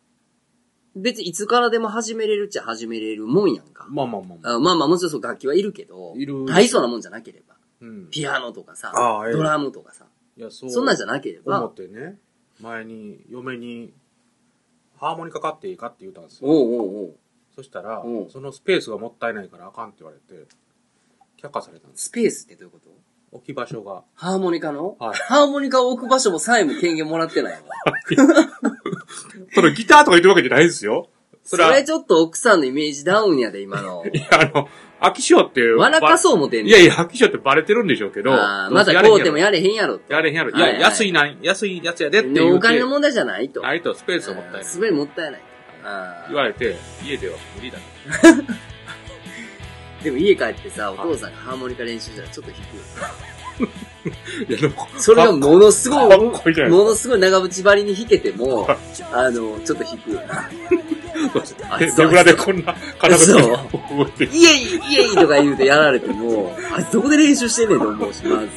[SPEAKER 2] 別にいつからでも始めれるっちゃ始めれるもんやんか。
[SPEAKER 3] まあまあまあまあ。
[SPEAKER 2] あまあまあもちろんそう楽器はいるけど、
[SPEAKER 3] いる
[SPEAKER 2] 大層なもんじゃなければ。
[SPEAKER 3] うん。
[SPEAKER 2] ピアノとかさ
[SPEAKER 3] ああええ、
[SPEAKER 2] ドラムとかさ、
[SPEAKER 3] いや、そ
[SPEAKER 2] そんなんじゃなけれ
[SPEAKER 3] 思
[SPEAKER 2] ば
[SPEAKER 3] っ、てね、前に嫁に、ハーモニカ買っていいかって言ったんですよ。
[SPEAKER 2] おうおうおう
[SPEAKER 3] そしたら
[SPEAKER 2] う、ん
[SPEAKER 3] そのスペースがもったいないからあかんって言われて、却下されたんです。
[SPEAKER 2] スペースってどういうこと
[SPEAKER 3] 置き場所が。
[SPEAKER 2] ハーモニカの、
[SPEAKER 3] はい
[SPEAKER 2] ハーモニカを置く場所もさえも権限もらってないわ。
[SPEAKER 3] それギターとか言ってるわけじゃないですよ。
[SPEAKER 2] そ
[SPEAKER 3] それは、
[SPEAKER 2] れ
[SPEAKER 3] い
[SPEAKER 2] ちょっと奥さんのイメージダウンやで、今 の。
[SPEAKER 3] や、あの、飽き性って、
[SPEAKER 2] 笑かそう思てんねん
[SPEAKER 3] いやいや、飽き性ってバレてるんでしょうけど、
[SPEAKER 2] ああ
[SPEAKER 3] ど
[SPEAKER 2] ま
[SPEAKER 3] うせ
[SPEAKER 2] だ
[SPEAKER 3] やれへん
[SPEAKER 2] こ
[SPEAKER 3] や
[SPEAKER 2] う
[SPEAKER 3] ろ
[SPEAKER 2] てもやれへんやろと。
[SPEAKER 3] やれへんやろ。い
[SPEAKER 2] はい
[SPEAKER 3] や、
[SPEAKER 2] はい
[SPEAKER 3] 安いなん、安いやつやでって
[SPEAKER 2] で
[SPEAKER 3] 言
[SPEAKER 2] お
[SPEAKER 3] うて、
[SPEAKER 2] 金の問題じゃないと。
[SPEAKER 3] ないとスペースがもったいない。
[SPEAKER 2] すごいもったいない。あ
[SPEAKER 3] 言われて、家では無理だね。
[SPEAKER 2] あでも家帰ってさ、お父さんがハーモニカ練習したらちょっと弾くよ。
[SPEAKER 3] いや、でも、
[SPEAKER 2] それがものすご、
[SPEAKER 3] かっこいいじゃないいで
[SPEAKER 2] ものすごい長渕張りに弾けても、あの、ちょっと弾くよな。
[SPEAKER 3] す
[SPEAKER 2] あ
[SPEAKER 3] か。で、
[SPEAKER 2] そう
[SPEAKER 3] 手ぶらでこんな金槌
[SPEAKER 2] そう
[SPEAKER 3] が動いてる。
[SPEAKER 2] イエイイエイとか言うてやられても、あいつどこで練習してんねんと思うし、まず。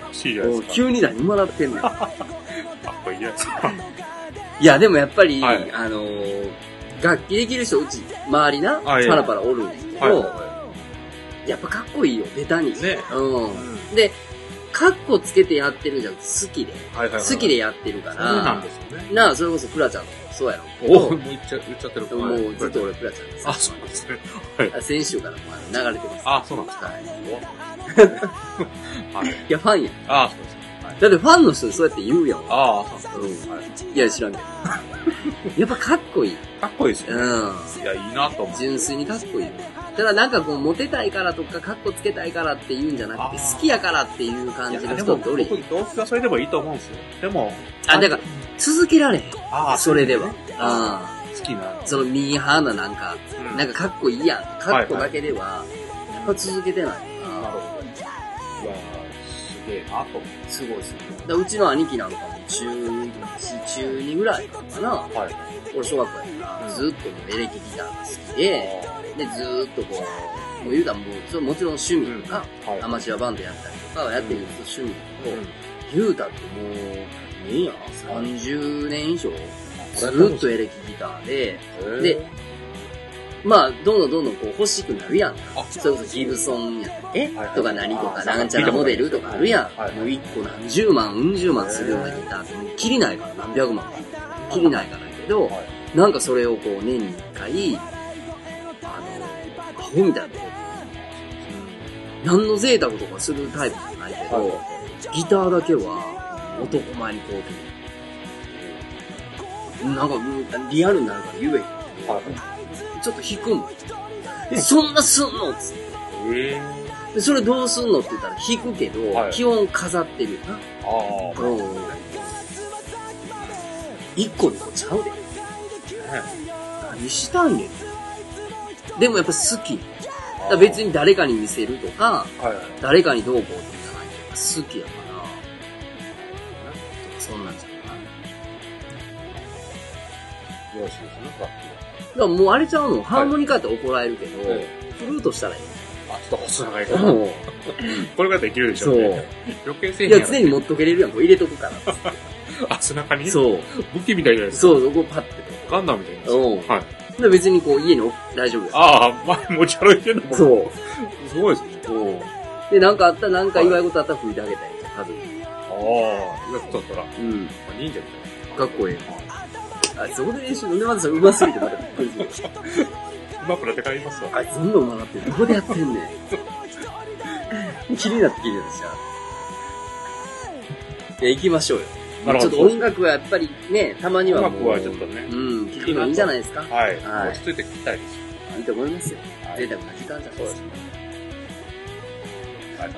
[SPEAKER 3] 欲しいじゃない
[SPEAKER 2] も
[SPEAKER 3] で
[SPEAKER 2] う
[SPEAKER 3] すか。
[SPEAKER 2] 急に何もらってんのよ
[SPEAKER 3] かっこいいやつ。はい
[SPEAKER 2] や、でもやっぱり、
[SPEAKER 3] はい
[SPEAKER 2] あのー、楽器できる人、うち、周りな、パ
[SPEAKER 3] はい
[SPEAKER 2] ラパラおるんですけ
[SPEAKER 3] い
[SPEAKER 2] ど、やっぱかっこいいよ、ベタに。
[SPEAKER 3] ね
[SPEAKER 2] う。
[SPEAKER 3] うんん
[SPEAKER 2] で、かっこつけてやってるじゃん、好きで。
[SPEAKER 3] はいはいはい。
[SPEAKER 2] 好きでやってるか
[SPEAKER 3] そうなん
[SPEAKER 2] ら
[SPEAKER 3] で、すよね。
[SPEAKER 2] なあ、それこそプラちゃんもそうやろうけ
[SPEAKER 3] おも
[SPEAKER 2] ど
[SPEAKER 3] う言っちゃ、言っちゃってる。、
[SPEAKER 2] もうずっと
[SPEAKER 3] はい
[SPEAKER 2] 俺プラちゃんです。
[SPEAKER 3] あ、そうなんですね。
[SPEAKER 2] あ先週からもあの流れてます。
[SPEAKER 3] あ、そうなんですか。
[SPEAKER 2] はい。
[SPEAKER 3] おはい。
[SPEAKER 2] いや、ファンや。
[SPEAKER 3] あ、そうですね。はい。
[SPEAKER 2] だってファンの人にそうやって言うやん。う
[SPEAKER 3] ああ、そうなんです
[SPEAKER 2] ん。いや、知らんけど。 やっぱかっこいい。
[SPEAKER 3] かっこいいですよね。
[SPEAKER 2] うん。
[SPEAKER 3] いや、いいなと思う。
[SPEAKER 2] 純粋にかっこいい。ただなんかこう、モテたいからとか、かっこつけたいからっていうんじゃなくて、
[SPEAKER 3] あー
[SPEAKER 2] 好きやからっていう感じの
[SPEAKER 3] で
[SPEAKER 2] 人
[SPEAKER 3] も、
[SPEAKER 2] っておるやん
[SPEAKER 3] 僕、動機がそれでもいいと思うんですよ。でも、
[SPEAKER 2] あ、だから、続けられへん。
[SPEAKER 3] ああ、
[SPEAKER 2] それでは
[SPEAKER 3] 好。
[SPEAKER 2] あ
[SPEAKER 3] きな。
[SPEAKER 2] あ。そのミーハーななんか、
[SPEAKER 3] うん
[SPEAKER 2] なんかかっこいいやん。かっこだけでは、やっぱ続けてない
[SPEAKER 3] なる
[SPEAKER 2] な。
[SPEAKER 3] ほど。いやー、すげえなと思う。
[SPEAKER 2] すごいすごい。だうちの兄貴なんかも中1、中2ぐらいかな。
[SPEAKER 3] はい。
[SPEAKER 2] 俺小学校やから、ずっともうエレキギターが好きで、で、ずーっとこう、もう言うたらもう、それもちろん趣味とか、
[SPEAKER 3] うんはい
[SPEAKER 2] アマチュアバンドやったりとかはやってるけど、趣味だけど、
[SPEAKER 3] うん
[SPEAKER 2] 言うたってもう、いいや、30年以上、ずーっとエレキギターで、で、まあ、どんどんどんどんこう欲しくなるやん
[SPEAKER 3] あ。
[SPEAKER 2] それこそギブソンやったっけ
[SPEAKER 3] はいはい
[SPEAKER 2] とか何とか、
[SPEAKER 3] あ
[SPEAKER 2] なんちゃらモデルとかあるや
[SPEAKER 3] はい
[SPEAKER 2] ん。もう一個何十万、うん十万するようなギターって、もう切りないから何百万か。切りないからやけど、
[SPEAKER 3] は
[SPEAKER 2] なんかそれをこう年に一回、あの、アホみたいなこと。何の贅沢とかするタイプじゃないけど、ギターだけは男前にこう、なんかもうリアルになるから言えへんけど、
[SPEAKER 3] はい
[SPEAKER 2] ちょっと弾くもん。そんなすんのっつって
[SPEAKER 3] え
[SPEAKER 2] でそれどうすんのって言ったら弾くけど、
[SPEAKER 3] はい
[SPEAKER 2] 基本飾ってるよな。
[SPEAKER 3] ー、ああ、
[SPEAKER 2] 一個で個ちゃうで。何したいねん。でもやっぱ好き。だから別に誰かに見せるとか、
[SPEAKER 3] はいはい。
[SPEAKER 2] 誰かにどうこうとかじゃないけど好きやから、そんなんじゃないかな。
[SPEAKER 3] よろしいですね、楽
[SPEAKER 2] だからもうあれちゃうの、ハーモニカって怒られるけど、
[SPEAKER 3] はい
[SPEAKER 2] フルートしたらいい。
[SPEAKER 3] 器は。あ、ちょっと細長いから。
[SPEAKER 2] も
[SPEAKER 3] これができるでしょうね。余計せ
[SPEAKER 2] う。
[SPEAKER 3] え
[SPEAKER 2] い
[SPEAKER 3] へん
[SPEAKER 2] や、
[SPEAKER 3] や
[SPEAKER 2] 常に持っとけれるやん。こう入れとくから。
[SPEAKER 3] ろ。あ、背中にう。
[SPEAKER 2] そう。
[SPEAKER 3] 武器みたいじゃないですか。
[SPEAKER 2] そう、そこパッて
[SPEAKER 3] ガンダムみたいな。
[SPEAKER 2] と。うん。だか
[SPEAKER 3] はい。
[SPEAKER 2] ら別にこう家に置く大丈夫や。
[SPEAKER 3] ああ、前持ち歩いてんのも
[SPEAKER 2] そう。
[SPEAKER 3] すごいですね。
[SPEAKER 2] うんで、なんかあったら、なんか祝い事あったら吹いてあげたいじゃん、家族に。
[SPEAKER 3] ああ、いや、ちょっとほら、
[SPEAKER 2] う
[SPEAKER 3] ま
[SPEAKER 2] ん。
[SPEAKER 3] あ忍者みたい
[SPEAKER 2] かっこええな。あ、そこで練習、なんでまずそれ上手すぎてまたびっくりする。
[SPEAKER 3] な。うまくなってから言いますわ。
[SPEAKER 2] あいつどんどん上手なってる。どこでやってんねん。気になってきてるじゃん。いや、行きましょうよ。
[SPEAKER 3] なる
[SPEAKER 2] ちょっ
[SPEAKER 3] ほど
[SPEAKER 2] と音楽はやっぱりね、たまにはもう。
[SPEAKER 3] 音楽はちょっとね
[SPEAKER 2] うん、聞くのいいんじゃないですか。
[SPEAKER 3] はい。
[SPEAKER 2] はい
[SPEAKER 3] 落ち着いて聞きたいです。
[SPEAKER 2] いいと思いますよ。
[SPEAKER 3] はい
[SPEAKER 2] 贅沢な時間じゃないですか。
[SPEAKER 3] はい。